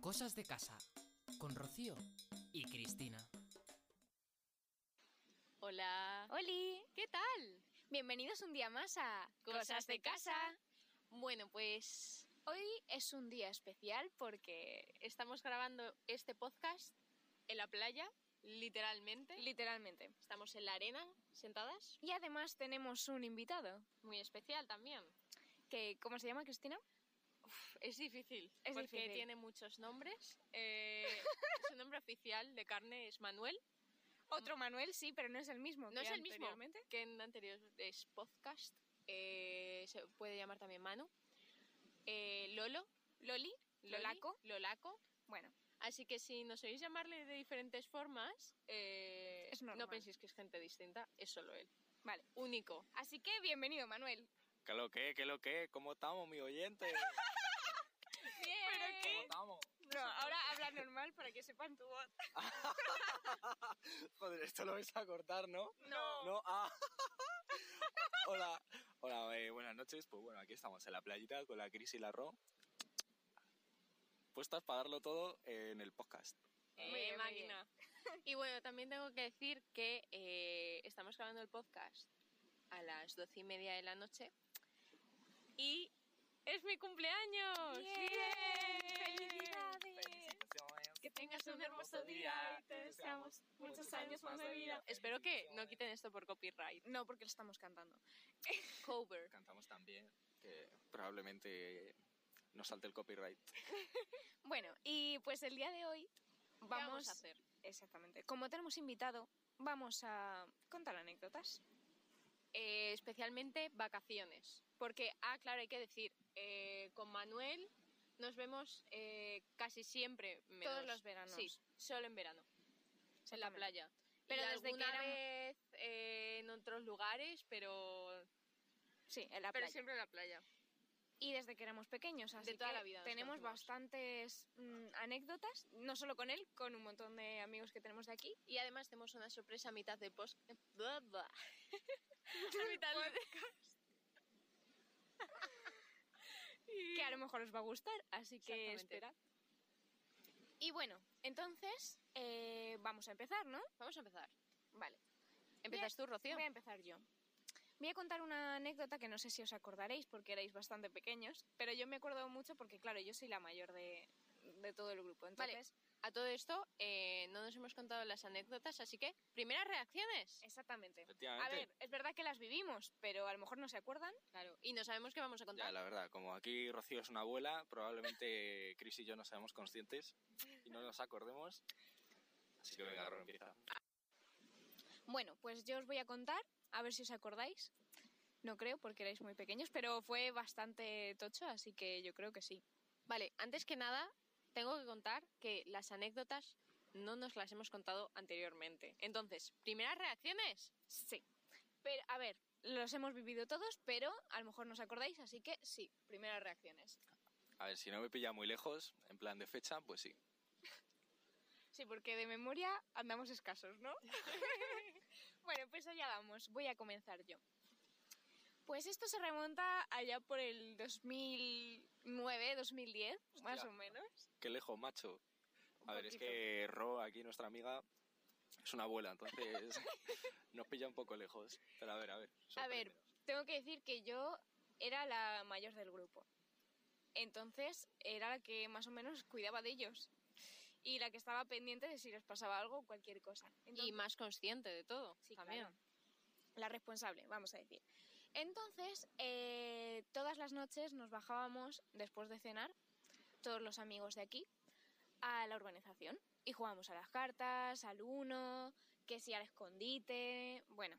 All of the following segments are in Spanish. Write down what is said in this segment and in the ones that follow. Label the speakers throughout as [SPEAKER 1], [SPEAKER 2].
[SPEAKER 1] Cosas de casa con Rocío y Cristina.
[SPEAKER 2] Hola.
[SPEAKER 3] ¡Holi!
[SPEAKER 2] ¿Qué tal?
[SPEAKER 3] Bienvenidos un día más a
[SPEAKER 2] Bueno, pues
[SPEAKER 3] Hoy es un día especial porque,
[SPEAKER 2] estamos grabando este podcast en la playa, literalmente.
[SPEAKER 3] literalmente.
[SPEAKER 2] Estamos en la arena, sentadas.
[SPEAKER 3] Y además tenemos un invitado
[SPEAKER 2] Muy especial también.
[SPEAKER 3] que, ¿cómo se llama Cristina?
[SPEAKER 2] Es difícil,
[SPEAKER 3] Es
[SPEAKER 2] porque
[SPEAKER 3] difícil.
[SPEAKER 2] tiene muchos nombres. Eh, su nombre oficial de carne es Manuel.
[SPEAKER 3] Otro Manuel, sí, pero Mm. no es el mismo.
[SPEAKER 2] No
[SPEAKER 3] que
[SPEAKER 2] es el mismo
[SPEAKER 3] anteriormente.
[SPEAKER 2] que en anteriores podcast. Eh, se puede llamar también Manu. Eh, Lolo. Loli. Loli,
[SPEAKER 3] Lolaco.
[SPEAKER 2] Lolaco.
[SPEAKER 3] Bueno,
[SPEAKER 2] Así que si nos oís llamarle de diferentes formas, eh,
[SPEAKER 3] Es normal.
[SPEAKER 2] no penséis que es gente distinta, es solo él.
[SPEAKER 3] vale.
[SPEAKER 2] Único.
[SPEAKER 3] Así que bienvenido, Manuel.
[SPEAKER 4] ¿Qué lo que? ¿Qué lo que? ¿Cómo estamos, mi oyente?
[SPEAKER 3] Bien. ¿Pero
[SPEAKER 4] ¿Cómo
[SPEAKER 3] qué?
[SPEAKER 4] estamos?
[SPEAKER 3] No, ahora habla normal para que sepan tu voz.
[SPEAKER 4] Joder, esto lo vais a cortar, ¿no?
[SPEAKER 3] No.
[SPEAKER 4] No, ah. Hola, hola, eh, buenas noches. Pues bueno, aquí estamos en la playita con la Cris y la Ro. Puestas para darlo todo en el podcast.
[SPEAKER 3] Muy
[SPEAKER 2] Eh,
[SPEAKER 3] bien, muy
[SPEAKER 2] máquina. Y bueno, también tengo que decir que eh, estamos grabando el podcast a las doce y media de la noche y es mi cumpleaños. ¡Bien! Que tengas un hermoso día y te deseamos muchos años más de vida. Espero que no quiten
[SPEAKER 3] eh.
[SPEAKER 2] esto por copyright.
[SPEAKER 3] No, porque lo estamos cantando.
[SPEAKER 2] Cover.
[SPEAKER 4] Cantamos también, que probablemente nos salte el copyright.
[SPEAKER 3] Bueno, y pues el día de hoy vamos,
[SPEAKER 2] vamos a hacer?
[SPEAKER 3] Exactamente. Como tenemos invitado, vamos a contar anécdotas.
[SPEAKER 2] Eh, especialmente vacaciones. Porque, ah, claro, hay que decir, eh, con Manuel nos vemos eh, casi siempre. menos-
[SPEAKER 3] Todos los veranos.
[SPEAKER 2] Sí, solo en verano, en la
[SPEAKER 3] Exactamente.
[SPEAKER 2] playa.
[SPEAKER 3] Pero
[SPEAKER 2] y
[SPEAKER 3] desde que
[SPEAKER 2] alguna
[SPEAKER 3] era-
[SPEAKER 2] vez eh, en otros lugares, pero,
[SPEAKER 3] Sí, en la
[SPEAKER 2] pero
[SPEAKER 3] playa.
[SPEAKER 2] siempre en la playa.
[SPEAKER 3] Y desde que éramos pequeños, así
[SPEAKER 2] De toda
[SPEAKER 3] que
[SPEAKER 2] la vida nos
[SPEAKER 3] tenemos
[SPEAKER 2] conocemos.
[SPEAKER 3] bastantes mm, anécdotas, no solo con él, con un montón de amigos que tenemos de aquí.
[SPEAKER 2] Y además tenemos una sorpresa a mitad del post... Bla, bla. a mitad del-
[SPEAKER 3] que a lo mejor os va a gustar, así que
[SPEAKER 2] Exactamente.
[SPEAKER 3] esperad. Y bueno, entonces eh, vamos a empezar, ¿no?
[SPEAKER 2] Vamos a empezar.
[SPEAKER 3] Vale.
[SPEAKER 2] ¿Empiezas
[SPEAKER 3] Voy a-
[SPEAKER 2] tú, Rocío?
[SPEAKER 3] Voy a empezar yo. Voy a contar una anécdota que no sé si os acordaréis porque erais bastante pequeños, pero yo me acuerdo mucho porque, claro, yo soy la mayor de, de todo el grupo.
[SPEAKER 2] Vale,
[SPEAKER 3] Entonces,
[SPEAKER 2] a todo esto eh, no nos hemos contado las anécdotas, así que primeras reacciones.
[SPEAKER 3] exactamente. A
[SPEAKER 4] Efectivamente.
[SPEAKER 3] ver, es verdad que las vivimos, pero a lo mejor no se acuerdan.
[SPEAKER 2] Claro, y no sabemos qué vamos a
[SPEAKER 4] Ya,
[SPEAKER 2] contar.
[SPEAKER 4] la verdad, como aquí Rocío es una abuela, probablemente Chris y yo no seamos conscientes y no nos acordemos. Así que venga, Ron, empieza.
[SPEAKER 3] Bueno, pues yo os voy a contar, a ver si os acordáis. No creo, porque erais muy pequeños, pero fue bastante tocho, así que yo creo que sí.
[SPEAKER 2] Vale, antes que nada, tengo que contar que las anécdotas no nos las hemos contado anteriormente. Entonces, primeras reacciones.
[SPEAKER 3] Sí. Pero, a ver, los hemos vivido todos, pero a lo mejor no os acordáis, así que sí, primeras reacciones.
[SPEAKER 4] A ver, si no me pilla muy lejos, en plan de fecha, pues sí.
[SPEAKER 3] Sí, porque de memoria andamos escasos, ¿no? bueno, pues allá vamos, voy a comenzar yo. Pues esto se remonta allá por el 2009, 2010, más
[SPEAKER 4] Hostia.
[SPEAKER 3] o menos.
[SPEAKER 4] Qué lejos, macho. A ver, es
[SPEAKER 3] poquito.
[SPEAKER 4] que Ro, aquí nuestra amiga, es una abuela, entonces nos pilla un poco lejos. Pero a ver, a ver.
[SPEAKER 3] A ver,
[SPEAKER 4] sorpréndenos.
[SPEAKER 3] tengo que decir que yo era la mayor del grupo. Entonces era la que más o menos cuidaba de ellos. Y la que estaba pendiente de si les pasaba algo o cualquier cosa. Entonces-
[SPEAKER 2] y más consciente de todo.
[SPEAKER 3] Sí,
[SPEAKER 2] también.
[SPEAKER 3] claro. La responsable, vamos a decir. Entonces, eh, todas las noches nos bajábamos después de cenar, todos los amigos de aquí, a la urbanización. Y jugábamos a las cartas, al uno, que si al escondite, bueno,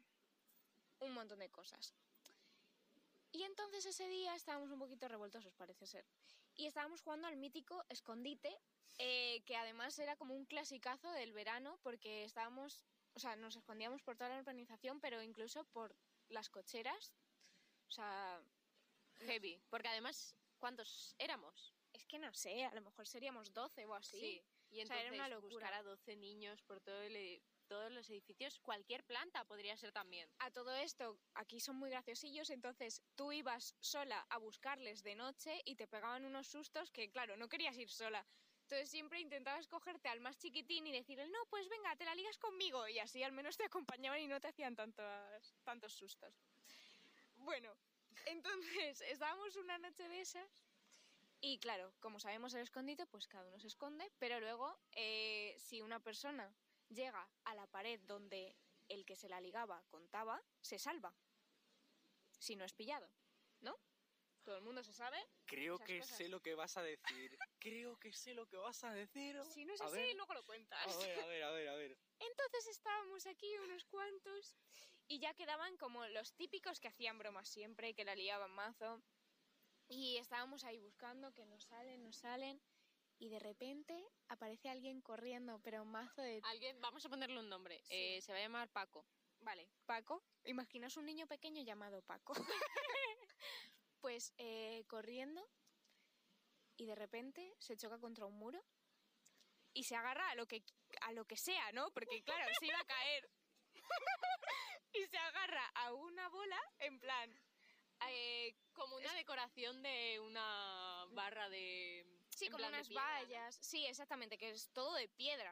[SPEAKER 3] un montón de cosas. Y entonces ese día estábamos un poquito revoltosos, parece ser. Y estábamos jugando al mítico escondite, eh, que además era como un clasicazo del verano, porque estábamos, o sea, nos escondíamos por toda la urbanización, pero incluso por las cocheras. O sea,
[SPEAKER 2] Heavy. Porque además, ¿cuántos éramos?
[SPEAKER 3] es que no sé, a lo mejor seríamos 12 o así.
[SPEAKER 2] Y
[SPEAKER 3] O
[SPEAKER 2] entonces
[SPEAKER 3] sea, era una locura.
[SPEAKER 2] buscar a 12 niños por todo el- todos los edificios, cualquier planta podría ser también.
[SPEAKER 3] A todo esto, aquí son muy graciosillos, entonces tú ibas sola a buscarles de noche y te pegaban unos sustos que, claro, no querías ir sola. Entonces siempre intentabas cogerte al más chiquitín y decirle, no, pues venga, te la ligas conmigo. Y así al menos te acompañaban y no te hacían tantos, tantos sustos. Bueno, entonces estábamos una noche de esas y claro, como sabemos el escondite, pues cada uno se esconde, pero luego eh, si una persona llega a la pared donde el que se la ligaba contaba, se salva. Si no es pillado, ¿no? Todo el mundo se sabe.
[SPEAKER 4] Creo
[SPEAKER 3] Esas
[SPEAKER 4] que
[SPEAKER 3] cosas.
[SPEAKER 4] sé lo que vas a decir. Creo que sé lo que vas a decir.
[SPEAKER 3] Si no es
[SPEAKER 4] A
[SPEAKER 3] así,
[SPEAKER 4] ver.
[SPEAKER 3] luego lo cuentas.
[SPEAKER 4] A ver, a ver, a ver, a ver.
[SPEAKER 3] Entonces estábamos aquí unos cuantos y ya quedaban como los típicos que hacían bromas siempre, que la liaban mazo. Y estábamos ahí buscando que nos salen, nos salen. Y de repente aparece alguien corriendo, pero mazo de...
[SPEAKER 2] Alguien, vamos a ponerle un nombre.
[SPEAKER 3] Sí.
[SPEAKER 2] Eh, se va a llamar Paco.
[SPEAKER 3] Vale, Paco. Imaginaos un niño pequeño llamado Paco. pues eh, corriendo y de repente se choca contra un muro y se agarra a lo que, a lo que sea, ¿no? Porque claro, se iba a caer. y se agarra a una bola en plan... eh,
[SPEAKER 2] Como una decoración de una barra de.
[SPEAKER 3] sí,
[SPEAKER 2] en
[SPEAKER 3] como
[SPEAKER 2] plan de
[SPEAKER 3] unas
[SPEAKER 2] piedra, ¿no?
[SPEAKER 3] vallas. Sí, exactamente, que es todo de piedra.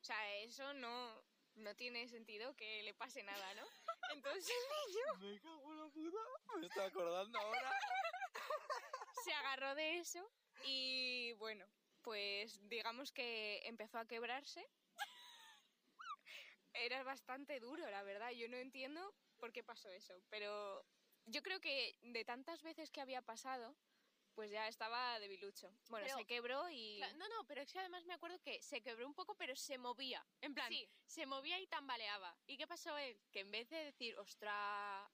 [SPEAKER 3] O sea, eso no, no tiene sentido que le pase nada, ¿no? Entonces el niño
[SPEAKER 4] Me cago en la puta. Me estoy acordando ahora.
[SPEAKER 3] se agarró de eso y bueno, pues digamos que empezó a quebrarse. Era bastante duro, la verdad. Yo no entiendo por qué pasó eso, pero yo creo que de tantas veces que había pasado, pues ya estaba debilucho. Bueno,
[SPEAKER 2] Pero-
[SPEAKER 3] se quebró y...
[SPEAKER 2] Cla- No, no, pero es que además me acuerdo que se quebró un poco, pero se movía. En plan,
[SPEAKER 3] Sí.
[SPEAKER 2] se movía y tambaleaba. ¿Y qué pasó él? Que en vez de decir, ostra,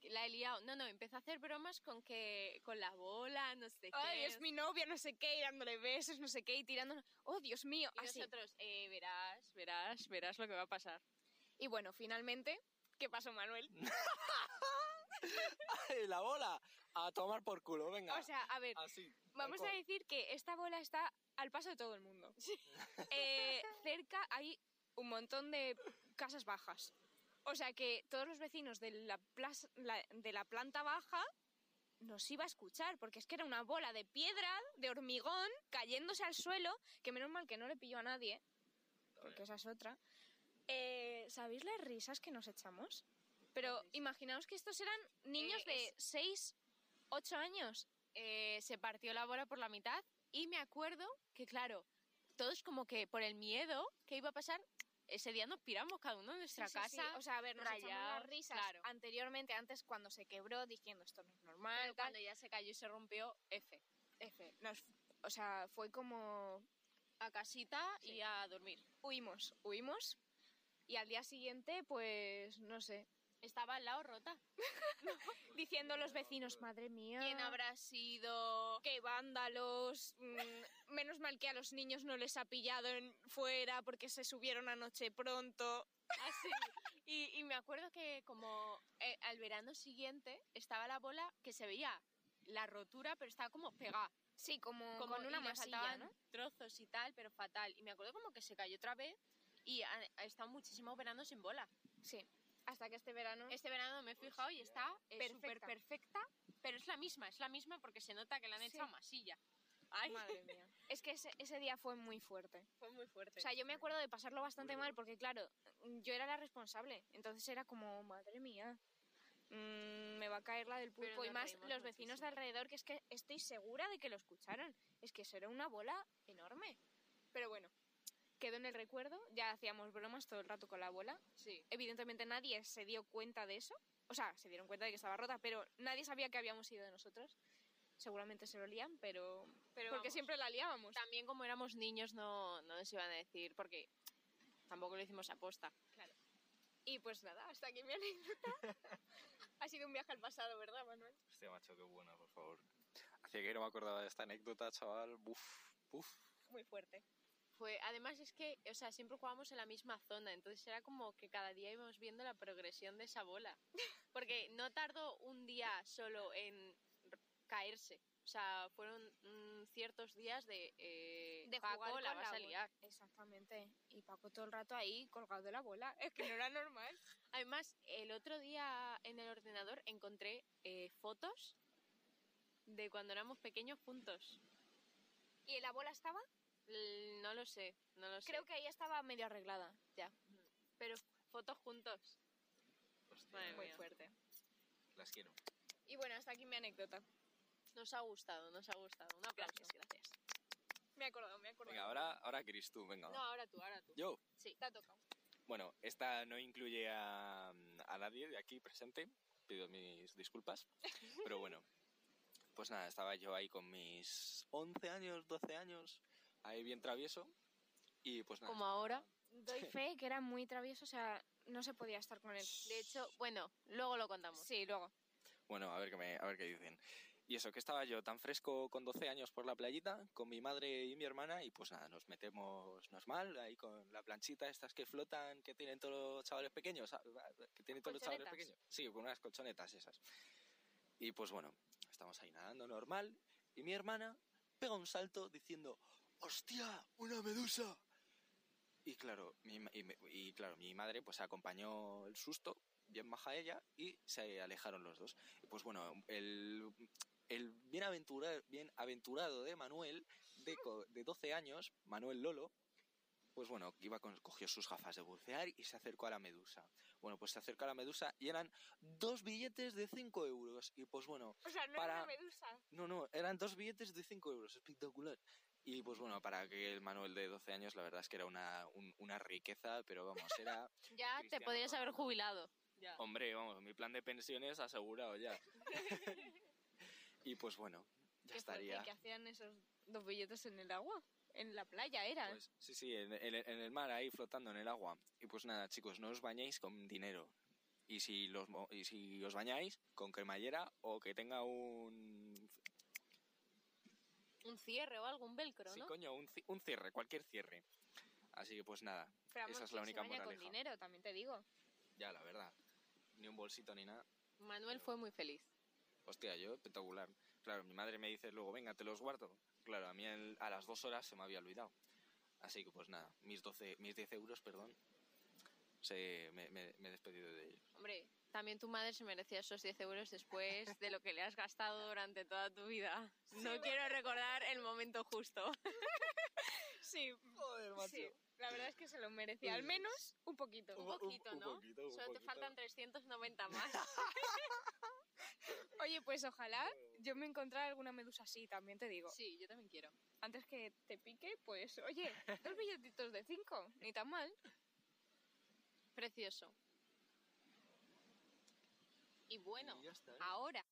[SPEAKER 2] que la he liado. No, no, empezó a hacer bromas con que con la bola, no sé
[SPEAKER 3] Ay,
[SPEAKER 2] qué.
[SPEAKER 3] es mi novia, no sé qué, y dándole besos, no sé qué, y tirándonos... ¡Oh, Dios mío!
[SPEAKER 2] Y
[SPEAKER 3] así.
[SPEAKER 2] nosotros, eh, verás, verás, verás lo que va a pasar.
[SPEAKER 3] Y bueno, finalmente, ¿qué pasó, Manuel?
[SPEAKER 4] La bola. A tomar por culo, venga.
[SPEAKER 3] O sea, a ver,
[SPEAKER 4] Así. tal
[SPEAKER 3] Vamos a
[SPEAKER 4] cual.
[SPEAKER 3] decir que esta bola está al paso de todo el mundo. Eh, cerca hay un montón de casas bajas. O sea que todos los vecinos de la, plaza- la- de la planta baja nos iba a escuchar, porque es que era una bola de piedra, de hormigón, cayéndose al suelo, que menos mal que no le pilló a nadie, porque esa es otra. Eh, ¿Sabéis las risas que nos echamos? Pero imaginaos que estos eran niños
[SPEAKER 2] Eh,
[SPEAKER 3] de
[SPEAKER 2] es-
[SPEAKER 3] 6, 8 años.
[SPEAKER 2] eh, se partió la bola por la mitad y me acuerdo que, claro, todos como que por el miedo que iba a pasar, ese día nos piramos cada uno en nuestra
[SPEAKER 3] Sí, sí,
[SPEAKER 2] casa.
[SPEAKER 3] sí. O sea, a ver, nos echamos
[SPEAKER 2] rayados,
[SPEAKER 3] las risas
[SPEAKER 2] claro.
[SPEAKER 3] anteriormente, antes cuando se quebró, diciendo esto no es normal,
[SPEAKER 2] pero
[SPEAKER 3] tal.
[SPEAKER 2] cuando ya se cayó y se rompió, F.
[SPEAKER 3] F, nos- o sea, fue como
[SPEAKER 2] A casita
[SPEAKER 3] Sí.
[SPEAKER 2] y a dormir.
[SPEAKER 3] huimos, huimos. Y al día siguiente, pues, no sé,
[SPEAKER 2] Estaba al lado rota.
[SPEAKER 3] diciendo a los vecinos, madre mía,
[SPEAKER 2] ¿Quién habrá sido?
[SPEAKER 3] qué vándalos, mm, menos mal que a los niños no les ha pillado en, fuera porque se subieron anoche pronto.
[SPEAKER 2] Así. Y, y me acuerdo que como eh, al verano siguiente estaba la bola que se veía la rotura, pero estaba como pegada.
[SPEAKER 3] Sí, como,
[SPEAKER 2] como
[SPEAKER 3] con una
[SPEAKER 2] y le
[SPEAKER 3] masilla,
[SPEAKER 2] faltaban
[SPEAKER 3] ¿no?
[SPEAKER 2] trozos y tal, pero fatal. Y me acuerdo como que se cayó otra vez y ha, ha estado muchísimo verano sin bola.
[SPEAKER 3] Sí, hasta que este verano...
[SPEAKER 2] Este verano me he fijado y está eh, súper
[SPEAKER 3] Perfecta.
[SPEAKER 2] perfecta, pero es la misma, es la misma porque se nota que le han
[SPEAKER 3] Sí.
[SPEAKER 2] echado masilla. Ay,
[SPEAKER 3] Madre mía. Es que ese- ese día fue muy fuerte.
[SPEAKER 2] fue muy fuerte.
[SPEAKER 3] O sea, yo me acuerdo de pasarlo bastante mal porque, claro, yo era la responsable. Entonces era como, madre mía, mm, me va a caer la del
[SPEAKER 2] Pero
[SPEAKER 3] pulpo. Y
[SPEAKER 2] nos
[SPEAKER 3] más
[SPEAKER 2] reímos
[SPEAKER 3] los vecinos de
[SPEAKER 2] muchísimo.
[SPEAKER 3] alrededor, que es que estoy segura de que lo escucharon. Es que eso era una bola enorme. Pero bueno, quedó en el recuerdo. Ya hacíamos bromas todo el rato con la bola.
[SPEAKER 2] sí.
[SPEAKER 3] Evidentemente nadie se dio cuenta de eso. O sea, se dieron cuenta de que estaba rota, pero nadie sabía que habíamos ido de nosotros. Seguramente se lo lían, pero...
[SPEAKER 2] Pero
[SPEAKER 3] porque
[SPEAKER 2] vamos.
[SPEAKER 3] siempre la liábamos.
[SPEAKER 2] También como éramos niños no, no nos iban a decir porque tampoco lo hicimos aposta.
[SPEAKER 3] Y pues nada, hasta aquí mi anécdota. ha sido un viaje al pasado, ¿verdad, Manuel?
[SPEAKER 4] Hostia, macho, qué buena, por favor. Hacía que no me acordaba de esta anécdota, chaval. Buf, buf.
[SPEAKER 3] Muy fuerte.
[SPEAKER 2] Fue, además es que, o sea, siempre jugábamos en la misma zona, entonces era como que cada día íbamos viendo la progresión de esa bola. Porque no tardó un día solo en r- caerse. O sea, fueron mm, ciertos días de, eh,
[SPEAKER 3] De
[SPEAKER 2] Paco,
[SPEAKER 3] jugar
[SPEAKER 2] la
[SPEAKER 3] con
[SPEAKER 2] vas
[SPEAKER 3] la
[SPEAKER 2] a
[SPEAKER 3] bola.
[SPEAKER 2] liar.
[SPEAKER 3] Exactamente. Y Paco todo el rato ahí colgado de la bola. Es que no era normal.
[SPEAKER 2] Además, el otro día en el ordenador encontré eh, fotos de cuando éramos pequeños juntos.
[SPEAKER 3] ¿Y la bola estaba?
[SPEAKER 2] L- No lo sé, no lo sé.
[SPEAKER 3] Creo que ella estaba medio arreglada ya.
[SPEAKER 2] Pero fotos juntos. Madre
[SPEAKER 3] Muy
[SPEAKER 2] mía.
[SPEAKER 3] fuerte.
[SPEAKER 4] Las quiero.
[SPEAKER 3] Y bueno, hasta aquí mi anécdota.
[SPEAKER 2] Nos ha gustado, nos ha gustado. Un aplauso.
[SPEAKER 3] Gracias, gracias. Me he acordado, me he acordado.
[SPEAKER 4] Venga, ahora, ahora Cris, tú, venga. va.
[SPEAKER 2] No, ahora tú, ahora tú.
[SPEAKER 4] Yo,
[SPEAKER 2] Sí, te ha tocado.
[SPEAKER 4] bueno, esta no incluye a, a nadie de aquí presente, pido mis disculpas, pero bueno, pues nada, estaba yo ahí con mis 11 años, 12 años, ahí bien travieso, y pues nada.
[SPEAKER 2] Como ahora.
[SPEAKER 3] Doy fe que era muy travieso, o sea, no se podía estar con él.
[SPEAKER 2] De hecho, bueno, luego lo contamos.
[SPEAKER 3] Sí, luego.
[SPEAKER 4] Bueno, a ver, qué me, a ver qué dicen. Y eso, que estaba yo tan fresco con 12 años por la playita, con mi madre y mi hermana, y pues nada, nos metemos normal, ahí con la planchita, estas que flotan, que tienen todos los chavales pequeños, ah, ah, que tienen todos los chavales
[SPEAKER 3] Colchonetas.
[SPEAKER 4] pequeños. Sí, con unas colchonetas esas. Y pues bueno, estamos ahí nadando normal, y mi hermana pega un salto diciendo, ¡hostia, una medusa! Y claro, mi, ma- y me- y claro, mi madre pues acompañó el susto, bien maja ella, y se alejaron los dos. Y, Pues bueno, el, el bienaventura- bienaventurado de Manuel, de, co- de 12 años, Manuel Lolo, pues bueno, iba con, cogió sus gafas de bucear y se acercó a la medusa. Bueno, pues se acercó a la medusa y eran dos billetes de 5 euros. Y pues bueno,
[SPEAKER 3] O sea, no
[SPEAKER 4] era Para- una
[SPEAKER 3] medusa.
[SPEAKER 4] no, no, eran dos billetes de 5 euros, espectacular. Y pues bueno, para que el Manuel de 12 años, la verdad es que era una, un- una riqueza, pero vamos, era,
[SPEAKER 2] Ya te
[SPEAKER 4] Cristiano
[SPEAKER 2] podrías haber
[SPEAKER 4] Ronaldo.
[SPEAKER 2] jubilado. Ya.
[SPEAKER 4] hombre, vamos, mi plan de pensiones asegurado ya. y pues bueno, ya estaría.
[SPEAKER 3] que hacían esos dos billetes en el agua. En la playa era.
[SPEAKER 4] Pues, sí, sí, en, en- en el mar, ahí flotando en el agua. Y pues nada, chicos, no os bañéis con dinero. Y si, los, mo- y si os bañáis, con cremallera o que tenga un...
[SPEAKER 2] Un cierre o algo, un velcro,
[SPEAKER 4] sí,
[SPEAKER 2] ¿no?
[SPEAKER 4] coño, un, ci- un cierre, cualquier cierre. Así que pues nada,
[SPEAKER 3] Pero
[SPEAKER 4] esa
[SPEAKER 3] vamos,
[SPEAKER 4] es la
[SPEAKER 3] que
[SPEAKER 4] única
[SPEAKER 3] se baña con
[SPEAKER 4] moraleja.
[SPEAKER 3] dinero, también te digo.
[SPEAKER 4] ya la verdad. Ni un bolsito ni nada.
[SPEAKER 2] Manuel fue muy feliz.
[SPEAKER 4] Hostia, yo espectacular. Claro, mi madre me dice luego, venga, te los guardo. Claro, a mí al- a las dos horas se me había olvidado. Así que pues nada, mis, 12, mis 10 euros, perdón, se, me, me- me he despedido de ellos.
[SPEAKER 2] Hombre, también tu madre se merecía esos 10 euros después de lo que le has gastado durante toda tu vida. No quiero recordar el momento justo.
[SPEAKER 3] Sí,
[SPEAKER 4] Joder,
[SPEAKER 3] sí. La verdad es que se lo merecía. Al menos un poquito.
[SPEAKER 2] Un poquito, ¿no?
[SPEAKER 4] poquito, un
[SPEAKER 2] Solo te
[SPEAKER 4] poquito.
[SPEAKER 2] faltan 390 más.
[SPEAKER 3] Oye, pues ojalá yo me encontrara alguna medusa así, también te digo.
[SPEAKER 2] Sí, yo también quiero.
[SPEAKER 3] Antes que te pique, pues, oye, dos billetitos de cinco, ni tan mal.
[SPEAKER 2] Precioso. Y bueno,
[SPEAKER 4] Y ya está, ¿eh?
[SPEAKER 2] ahora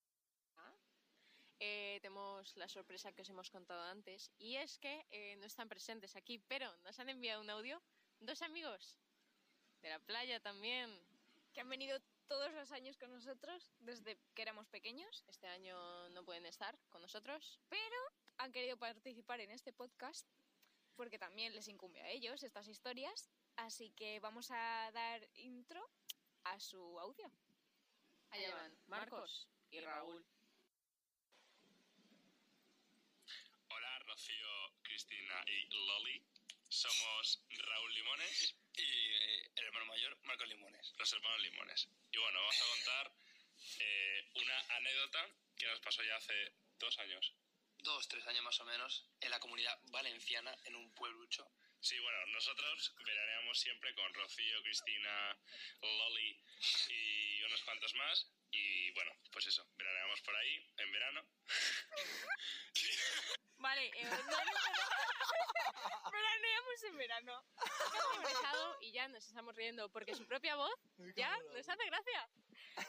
[SPEAKER 2] eh, tenemos la sorpresa que os hemos contado antes. Y es que eh, no están presentes aquí, pero nos han enviado un audio dos amigos de la playa también.
[SPEAKER 3] Que han venido todos los años con nosotros, desde que éramos pequeños.
[SPEAKER 2] Este año no pueden estar con nosotros.
[SPEAKER 3] Han querido participar en este podcast, porque también les incumbe a ellos estas historias. Así que vamos a dar intro a su audio.
[SPEAKER 2] Allá van Marcos y Raúl.
[SPEAKER 5] Hola, Rocío, Cristina y Loli. Somos Raúl Limones y eh, el hermano mayor, Marcos Limones. Los hermanos Limones. Y bueno, vamos a contar eh, una anécdota que nos pasó ya hace dos años.
[SPEAKER 6] dos, tres años más o menos, en la comunidad valenciana, en un pueblucho.
[SPEAKER 5] Sí, bueno, nosotros veraneamos siempre con Rocío, Cristina, Loli y unos cuantos más. Y bueno, pues eso, veraneamos por ahí en verano.
[SPEAKER 2] Vale, eh, no hemos
[SPEAKER 3] Veraneamos en verano.
[SPEAKER 2] empezado y ya nos estamos riendo porque su propia voz ya nos hace gracia.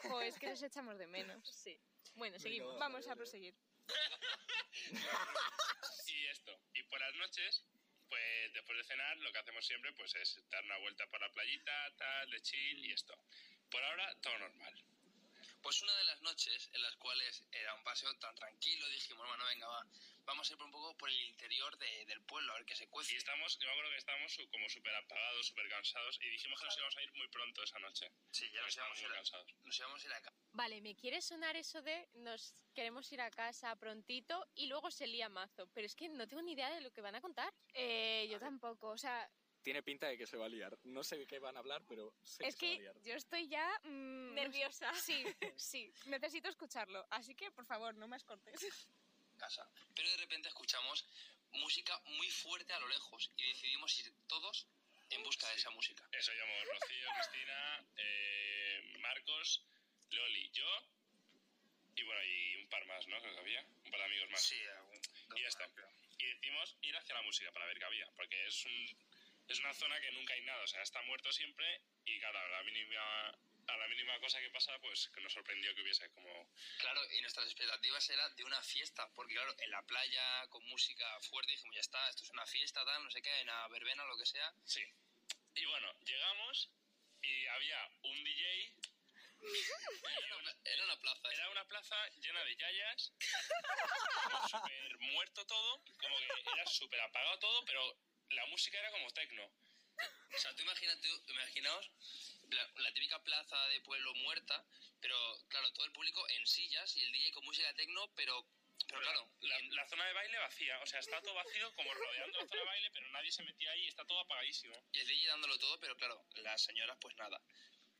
[SPEAKER 3] Pues que nos echamos de menos. Sí.
[SPEAKER 2] Bueno, seguimos.
[SPEAKER 3] Vamos a proseguir.
[SPEAKER 5] Y esto. Y por las noches, pues después de cenar, lo que hacemos siempre pues es dar una vuelta por la playita, tal, de chill y esto. Por ahora, todo normal.
[SPEAKER 6] Pues una de las noches en las cuales era un paseo tan tranquilo, dijimos, bueno, venga, va, vamos a ir por un poco por el interior de- del pueblo, a ver qué se cuece.
[SPEAKER 5] Y estamos, yo me acuerdo que estábamos su- como súper apagados, súper cansados y dijimos que nos íbamos a ir muy pronto esa noche.
[SPEAKER 6] Sí, ya nos
[SPEAKER 5] estábamos
[SPEAKER 6] íbamos, a
[SPEAKER 5] muy
[SPEAKER 6] ir a,
[SPEAKER 5] cansados.
[SPEAKER 6] nos íbamos a ir a casa.
[SPEAKER 2] Vale, me quiere sonar eso de nos queremos ir a casa prontito y luego se lía mazo. Pero es que no tengo ni idea de lo que van a contar.
[SPEAKER 3] Eh, yo tampoco, o sea,
[SPEAKER 4] Tiene pinta de que se va a liar. No sé de qué van a hablar, pero sé
[SPEAKER 3] es
[SPEAKER 4] que, se va a
[SPEAKER 3] que
[SPEAKER 4] liar.
[SPEAKER 3] yo estoy ya mm,
[SPEAKER 2] Nerviosa.
[SPEAKER 3] Sí, sí, necesito escucharlo, así que por favor no más cortes.
[SPEAKER 6] Pero de repente escuchamos música muy fuerte a lo lejos y decidimos ir todos en busca de
[SPEAKER 5] Uh, Sí.
[SPEAKER 6] esa música.
[SPEAKER 5] Eso llamó Rocío, Cristina, eh, Marcos, Loli, yo. Y bueno, y un par más, ¿no? Creo que había. Un par de amigos más. Y ya está. Y decimos ir hacia la música para ver qué había. Porque es, un, es una zona que nunca hay nada. O sea, está muerto siempre. Y claro, a la mínima, a la mínima cosa que pasa, pues que nos sorprendió que hubiese como.
[SPEAKER 6] Claro, y nuestras expectativas eran de una fiesta, porque claro, en la playa, con música fuerte, dijimos, ya está, esto es una fiesta, tal, no sé qué, una verbena, lo que sea.
[SPEAKER 5] Sí. Y bueno, llegamos y había un DJ.
[SPEAKER 6] Era una, era una plaza.
[SPEAKER 5] Era una plaza llena de yayas, como súper muerto todo, como que era súper apagado todo, pero la música era como tecno.
[SPEAKER 6] O sea, tú imagínate, imaginaos la, la típica plaza de pueblo muerta, pero claro, todo el público en sillas y el DJ con música tecno, pero, pero claro,
[SPEAKER 5] la, la zona de baile vacía, o sea, está todo vacío como rodeando la zona de baile, pero nadie se metía ahí, está todo apagadísimo.
[SPEAKER 6] y el DJ dándolo todo, pero claro, las señoras pues nada.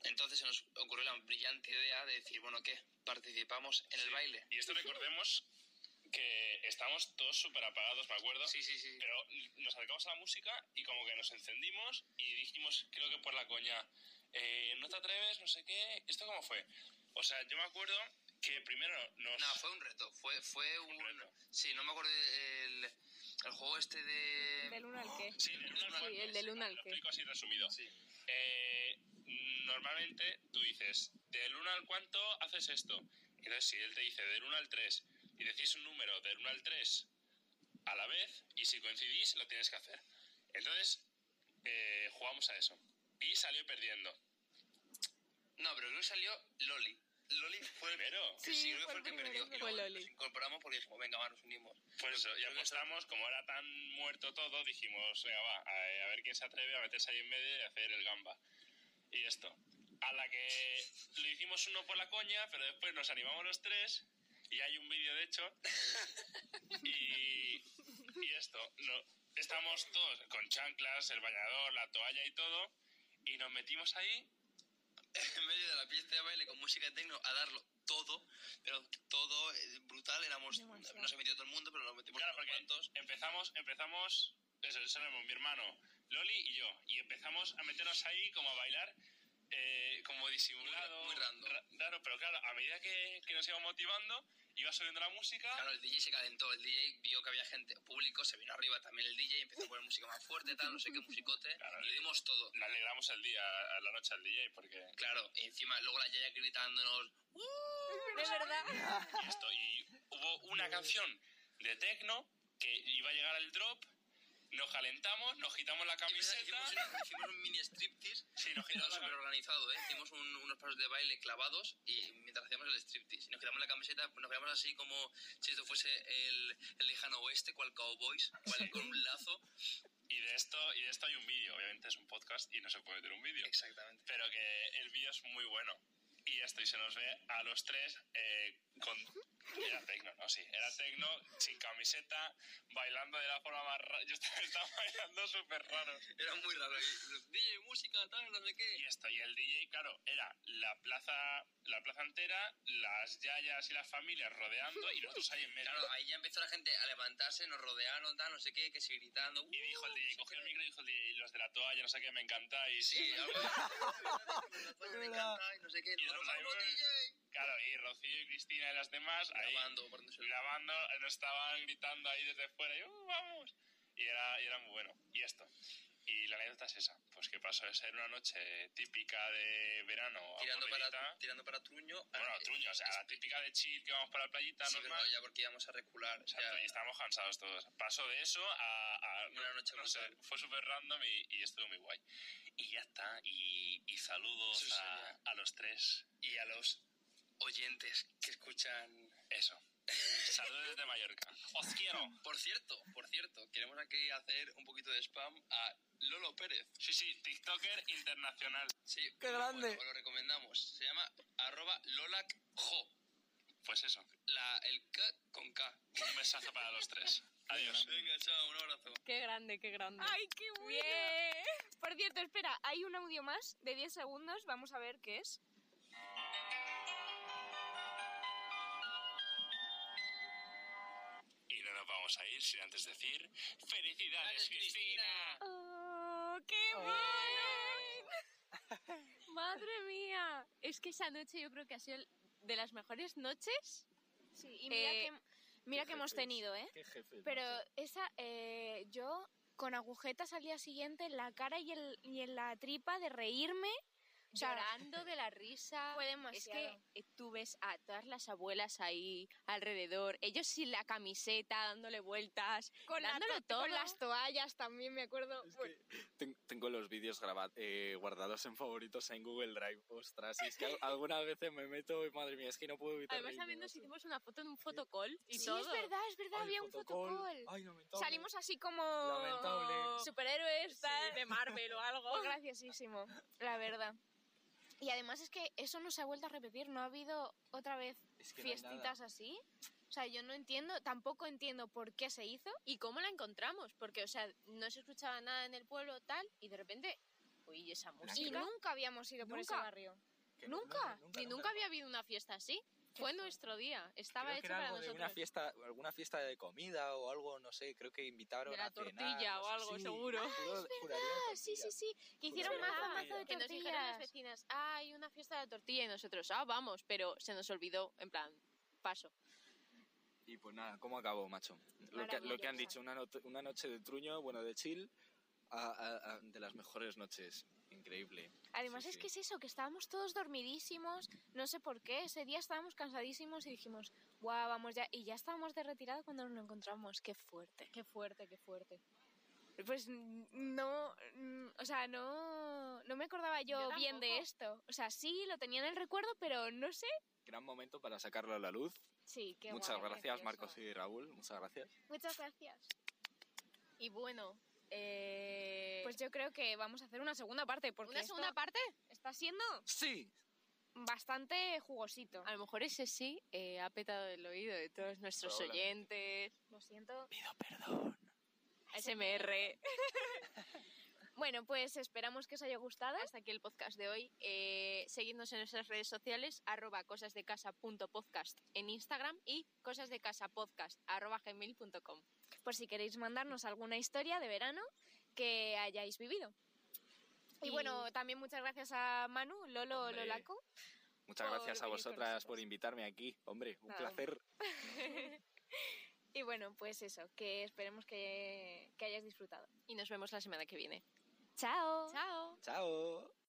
[SPEAKER 6] Entonces se nos ocurrió la brillante idea de decir, bueno, ¿qué? Participamos en el
[SPEAKER 5] Sí.
[SPEAKER 6] baile.
[SPEAKER 5] Y esto recordemos que estamos todos súper apagados, me acuerdo.
[SPEAKER 6] Sí, sí, sí.
[SPEAKER 5] Pero nos acercamos a la música y como que nos encendimos y dijimos, creo que por la coña, eh, no te atreves, no sé qué. ¿Esto cómo fue? O sea, yo me acuerdo que primero nos...
[SPEAKER 6] No, fue un reto, fue, fue un...
[SPEAKER 5] reto.
[SPEAKER 6] Sí, no me acuerdo el, el juego este de...
[SPEAKER 2] ¿Del uno al qué?
[SPEAKER 5] Sí, del uno al
[SPEAKER 6] Sí,
[SPEAKER 5] cuatro,
[SPEAKER 2] el del uno al
[SPEAKER 5] Lo
[SPEAKER 2] qué.
[SPEAKER 5] explico así resumido. Eh, normalmente tú dices, del 1 al cuánto haces esto. Entonces, si él te dice del 1 al 3 y decís un número del 1 al 3 a la vez, y si coincidís, lo tienes que hacer. Entonces, eh, jugamos a eso. Y salió perdiendo.
[SPEAKER 6] No, pero creo que salió Loli. Loli fue...
[SPEAKER 5] Primero.
[SPEAKER 6] Sí,
[SPEAKER 2] Sí,
[SPEAKER 6] creo que
[SPEAKER 2] fue el
[SPEAKER 6] fue el que
[SPEAKER 2] primero,
[SPEAKER 6] perdió.
[SPEAKER 2] fue
[SPEAKER 6] Y luego
[SPEAKER 2] Loli.
[SPEAKER 6] nos incorporamos porque dijimos, venga, va, nos unimos.
[SPEAKER 5] Por Pues eso, y
[SPEAKER 6] Creo que
[SPEAKER 5] apostamos, como era tan muerto todo, dijimos, venga, va, a, eh, a ver quién se atreve a meterse ahí en medio y hacer el gamba. Y esto. A la que lo hicimos uno por la coña, pero después nos animamos los tres, y hay un vídeo de hecho. Y, y esto, no, estamos todos con chanclas, el bañador, la toalla y todo, y nos metimos ahí
[SPEAKER 6] en medio de la pista de baile con música tecno a darlo todo, pero todo eh, brutal, éramos, no se metió todo el mundo, pero lo metimos
[SPEAKER 5] Claro,
[SPEAKER 6] unos
[SPEAKER 5] porque
[SPEAKER 6] cuantos.
[SPEAKER 5] empezamos, empezamos, eso, eso éramos mi hermano, Loli y yo, y empezamos a meternos ahí como a bailar, eh, como disimulado,
[SPEAKER 6] Muy ra- muy random.
[SPEAKER 5] ra- raro, pero claro, a medida que, que nos íbamos motivando, iba subiendo la música,
[SPEAKER 6] Claro, el DJ se calentó, el DJ vio que había gente, público, se vino arriba también el DJ, empezó a poner música más fuerte, tal, no sé qué, musicote,
[SPEAKER 5] Claro.
[SPEAKER 6] y le dimos todo.
[SPEAKER 5] le alegramos el día, a la noche al DJ, porque
[SPEAKER 6] Claro, y encima luego la Yaya gritándonos, "Uh",
[SPEAKER 3] De verdad.
[SPEAKER 5] y esto, y hubo una canción de techno que iba a llegar al drop, nos calentamos, nos quitamos la
[SPEAKER 6] y empieza-
[SPEAKER 5] camiseta,
[SPEAKER 6] hicimos, una- hicimos un mini striptease,
[SPEAKER 5] sí, nos
[SPEAKER 6] pero
[SPEAKER 5] quitamos la
[SPEAKER 6] súper organizado, ¿eh? hicimos un- unos pasos de baile clavados y mientras hacíamos el striptease, y nos quitamos la camiseta, pues nos veíamos así como si esto fuese el, el lejano oeste, cual cowboys, cual con un lazo.
[SPEAKER 5] y de esto, y de esto hay un vídeo, obviamente es un podcast y no se puede meter un vídeo.
[SPEAKER 6] Exactamente.
[SPEAKER 5] pero que el vídeo es muy bueno. Y esto, y se nos ve a los tres eh, con... Era tecno, ¿no? Sí, era tecno, sin camiseta, bailando de la forma más rara. Yo estaba, estaba bailando súper raro.
[SPEAKER 6] Era muy raro. Y- DJ, música, tal, no sé
[SPEAKER 5] Y
[SPEAKER 6] qué.
[SPEAKER 5] esto, y el DJ, claro, era la plaza, la plaza entera, las yayas y las familias rodeando y nosotros ahí en medio.
[SPEAKER 6] Claro, ahí ya empezó la gente a levantarse, nos rodearon, tal, no sé qué, que si gritando. "Uh,
[SPEAKER 5] Y dijo el DJ, cogió el micro y dijo el DJ, los de la toalla, no sé qué, me encantáis.
[SPEAKER 6] Sí, algo así. Me encanta, y no sé qué.
[SPEAKER 5] Y
[SPEAKER 6] nosotros,
[SPEAKER 5] los
[SPEAKER 6] "Vamos,
[SPEAKER 5] amigos-
[SPEAKER 6] DJ".
[SPEAKER 5] Claro, y Rocío y Cristina y las demás ahí
[SPEAKER 6] Grabando, poniéndose el-
[SPEAKER 5] grabando, nos estaban gritando ahí desde fuera, y "Uh, vamos. Y era, y era muy bueno. Y esto. Y la anécdota es esa. Pues que pasó de ser una noche típica de verano.
[SPEAKER 6] Tirando para,
[SPEAKER 5] aburridita.
[SPEAKER 6] tirando para Truño.
[SPEAKER 5] Bueno,
[SPEAKER 6] Ah, eh,
[SPEAKER 5] truño, o sea, la típica de chill que vamos para la playita
[SPEAKER 6] Sí, pero
[SPEAKER 5] normal.
[SPEAKER 6] ya porque íbamos a recular. o sea,
[SPEAKER 5] Exacto, y estábamos cansados todos. Pasó de eso a. a-
[SPEAKER 6] Una noche
[SPEAKER 5] no sé,
[SPEAKER 6] brutal.
[SPEAKER 5] fue súper random y, y estuvo muy guay. Y ya está. Y, y saludos
[SPEAKER 6] Eso sería.
[SPEAKER 5] a, a los tres.
[SPEAKER 6] y a los oyentes que escuchan
[SPEAKER 5] Eso. Saludos desde Mallorca. Os quiero.
[SPEAKER 6] Por cierto, por cierto, queremos aquí hacer un poquito de spam a Lolo Pérez.
[SPEAKER 5] Sí, sí, TikToker internacional.
[SPEAKER 6] Sí,
[SPEAKER 7] ¡Qué
[SPEAKER 6] muy
[SPEAKER 7] grande!
[SPEAKER 6] bueno, os lo recomendamos. Se llama arroba lolacjo.
[SPEAKER 5] Pues eso.
[SPEAKER 6] La, el K con K.
[SPEAKER 5] Un besazo para los tres. Adiós.
[SPEAKER 6] Venga, chao, un abrazo.
[SPEAKER 2] Qué grande, qué grande.
[SPEAKER 3] Ay, qué bueno.
[SPEAKER 2] Bien.
[SPEAKER 3] Por cierto, espera, hay un audio más de 10 segundos. Vamos a ver qué es.
[SPEAKER 5] Y nada nos vamos a ir sin antes decir ¡Felicidades,
[SPEAKER 6] ¡Felicidades,
[SPEAKER 5] Cristina!
[SPEAKER 6] Cristina!
[SPEAKER 2] ¡Oh, qué bien! ¡Madre mía! Es que esa noche yo creo que ha sido el- de las mejores noches.
[SPEAKER 3] Sí, y mira,
[SPEAKER 2] Eh,
[SPEAKER 3] que, mira
[SPEAKER 4] qué
[SPEAKER 3] que hemos
[SPEAKER 4] jefes.
[SPEAKER 3] tenido, ¿eh?
[SPEAKER 4] Qué jefe.
[SPEAKER 3] Pero esa, eh, yo con agujetas al día siguiente en la cara y, el- y en la tripa de reírme. O sea,
[SPEAKER 2] llorando de la risa.
[SPEAKER 3] Fue
[SPEAKER 2] Es
[SPEAKER 3] demasiado.
[SPEAKER 2] que eh, tú ves a todas las abuelas ahí alrededor, ellos sin la camiseta, dándole vueltas.
[SPEAKER 3] con, la
[SPEAKER 2] dándolo
[SPEAKER 3] to-
[SPEAKER 2] todo.
[SPEAKER 3] con las toallas también, me acuerdo.
[SPEAKER 4] Es que ten- tengo los vídeos graba- eh, guardados en favoritos en Google Drive. Ostras, y es que algunas veces me meto y madre mía, es que no puedo evitar.
[SPEAKER 2] Además, también
[SPEAKER 4] reírme,
[SPEAKER 2] nos
[SPEAKER 4] macho.
[SPEAKER 2] hicimos una foto en un fotocall y
[SPEAKER 3] sí,
[SPEAKER 2] todo.
[SPEAKER 3] es verdad, es verdad,
[SPEAKER 4] Ay,
[SPEAKER 3] había un
[SPEAKER 4] fotocall.
[SPEAKER 3] fotocall.
[SPEAKER 4] Ay, lamentable.
[SPEAKER 3] Salimos así como
[SPEAKER 4] Lamentable.
[SPEAKER 3] superhéroes, tal.
[SPEAKER 2] de Marvel o algo.
[SPEAKER 3] Fue graciosísimo, la verdad. Y además es que eso no se ha vuelto a repetir, no ha habido otra vez
[SPEAKER 4] Es que no hay nada.
[SPEAKER 3] fiestitas así. O sea, yo no entiendo, tampoco entiendo por qué se hizo.
[SPEAKER 2] ¿Y cómo la encontramos? Porque, o sea, no se escuchaba nada en el pueblo tal y de repente, uy, ¿y esa música.
[SPEAKER 3] Y nunca habíamos ido por ese
[SPEAKER 2] Nunca.
[SPEAKER 3] barrio.
[SPEAKER 4] Que no-
[SPEAKER 2] Nunca,
[SPEAKER 4] no,
[SPEAKER 2] ni nunca había habido una fiesta así. Fue nuestro día,
[SPEAKER 4] Creo
[SPEAKER 2] estaba
[SPEAKER 4] que
[SPEAKER 2] hecho
[SPEAKER 4] era
[SPEAKER 2] para
[SPEAKER 4] algo de
[SPEAKER 2] nosotros.
[SPEAKER 4] una fiesta, alguna fiesta de comida o algo, no sé, creo que invitaron
[SPEAKER 2] De la
[SPEAKER 4] a cenar,
[SPEAKER 2] tortilla
[SPEAKER 4] no
[SPEAKER 2] o
[SPEAKER 4] sé,
[SPEAKER 2] algo,
[SPEAKER 4] sí,
[SPEAKER 2] seguro. Ah,
[SPEAKER 4] juro- juraría
[SPEAKER 3] Ah, sí, sí,
[SPEAKER 4] tortilla.
[SPEAKER 3] sí. Que
[SPEAKER 4] Pues
[SPEAKER 3] hicieron
[SPEAKER 4] era
[SPEAKER 3] mazo,
[SPEAKER 4] tortilla.
[SPEAKER 3] mazo de
[SPEAKER 2] que nos dijeron las
[SPEAKER 3] tortillas.
[SPEAKER 2] vecinas, ah, hay una fiesta de la tortilla y nosotros, ah, vamos, pero se nos olvidó, en plan, paso.
[SPEAKER 4] Y pues nada, ¿cómo acabó, macho? Lo que, lo que han
[SPEAKER 3] Maravillosa.
[SPEAKER 4] dicho, una, not- una noche de truño, bueno, de chill, a- a- a- de las mejores noches. Increíble.
[SPEAKER 3] Además
[SPEAKER 4] Sí,
[SPEAKER 3] es
[SPEAKER 4] sí.
[SPEAKER 3] que es eso, que estábamos todos dormidísimos, no sé por qué, ese día estábamos cansadísimos y dijimos, guau, vamos ya, y ya estábamos de retirada cuando nos lo encontramos, qué fuerte.
[SPEAKER 2] Qué fuerte, qué fuerte.
[SPEAKER 3] Pues mm, no, mm, o sea, no, no me acordaba yo,
[SPEAKER 2] Yo
[SPEAKER 3] bien de
[SPEAKER 2] tampoco.
[SPEAKER 3] esto. O sea, sí, lo tenía en el recuerdo, pero no sé.
[SPEAKER 4] Gran momento para sacarlo a la luz.
[SPEAKER 3] Sí, qué
[SPEAKER 4] Muchas
[SPEAKER 3] guay,
[SPEAKER 4] gracias,
[SPEAKER 3] precioso.
[SPEAKER 4] Marcos y Raúl. Muchas gracias.
[SPEAKER 3] Muchas gracias.
[SPEAKER 2] Y bueno, eh,
[SPEAKER 3] Pues yo creo que vamos a hacer una segunda parte, porque
[SPEAKER 2] ¿una
[SPEAKER 3] esto
[SPEAKER 2] segunda parte?
[SPEAKER 3] está siendo
[SPEAKER 4] Sí,
[SPEAKER 3] bastante jugosito.
[SPEAKER 2] A lo mejor ese sí eh, ha petado el oído de todos nuestros
[SPEAKER 4] Probablemente.
[SPEAKER 2] oyentes,
[SPEAKER 3] Lo siento.
[SPEAKER 4] pido perdón.
[SPEAKER 2] SMR.
[SPEAKER 3] Bueno, pues esperamos que os haya gustado.
[SPEAKER 2] Hasta aquí el podcast de hoy. Eh, seguidnos en nuestras redes sociales, arroba cosasdecasa.podcast en Instagram y cosasdecasapodcast arroba gmail.com.
[SPEAKER 3] por si queréis mandarnos alguna historia de verano que hayáis vivido. Y,
[SPEAKER 2] Y-
[SPEAKER 3] bueno, también muchas gracias a Manu, Lolo,
[SPEAKER 4] Hombre.
[SPEAKER 3] Lolaco.
[SPEAKER 4] Muchas
[SPEAKER 3] por
[SPEAKER 4] gracias a
[SPEAKER 3] venir con
[SPEAKER 4] vosotras
[SPEAKER 3] nosotros.
[SPEAKER 4] por invitarme aquí. Hombre, un
[SPEAKER 2] Nada,
[SPEAKER 4] placer.
[SPEAKER 3] Y bueno, pues eso, que esperemos que, que hayáis disfrutado.
[SPEAKER 2] Y nos vemos la semana que viene.
[SPEAKER 3] ¡Chao!
[SPEAKER 2] Chao.
[SPEAKER 4] Chao.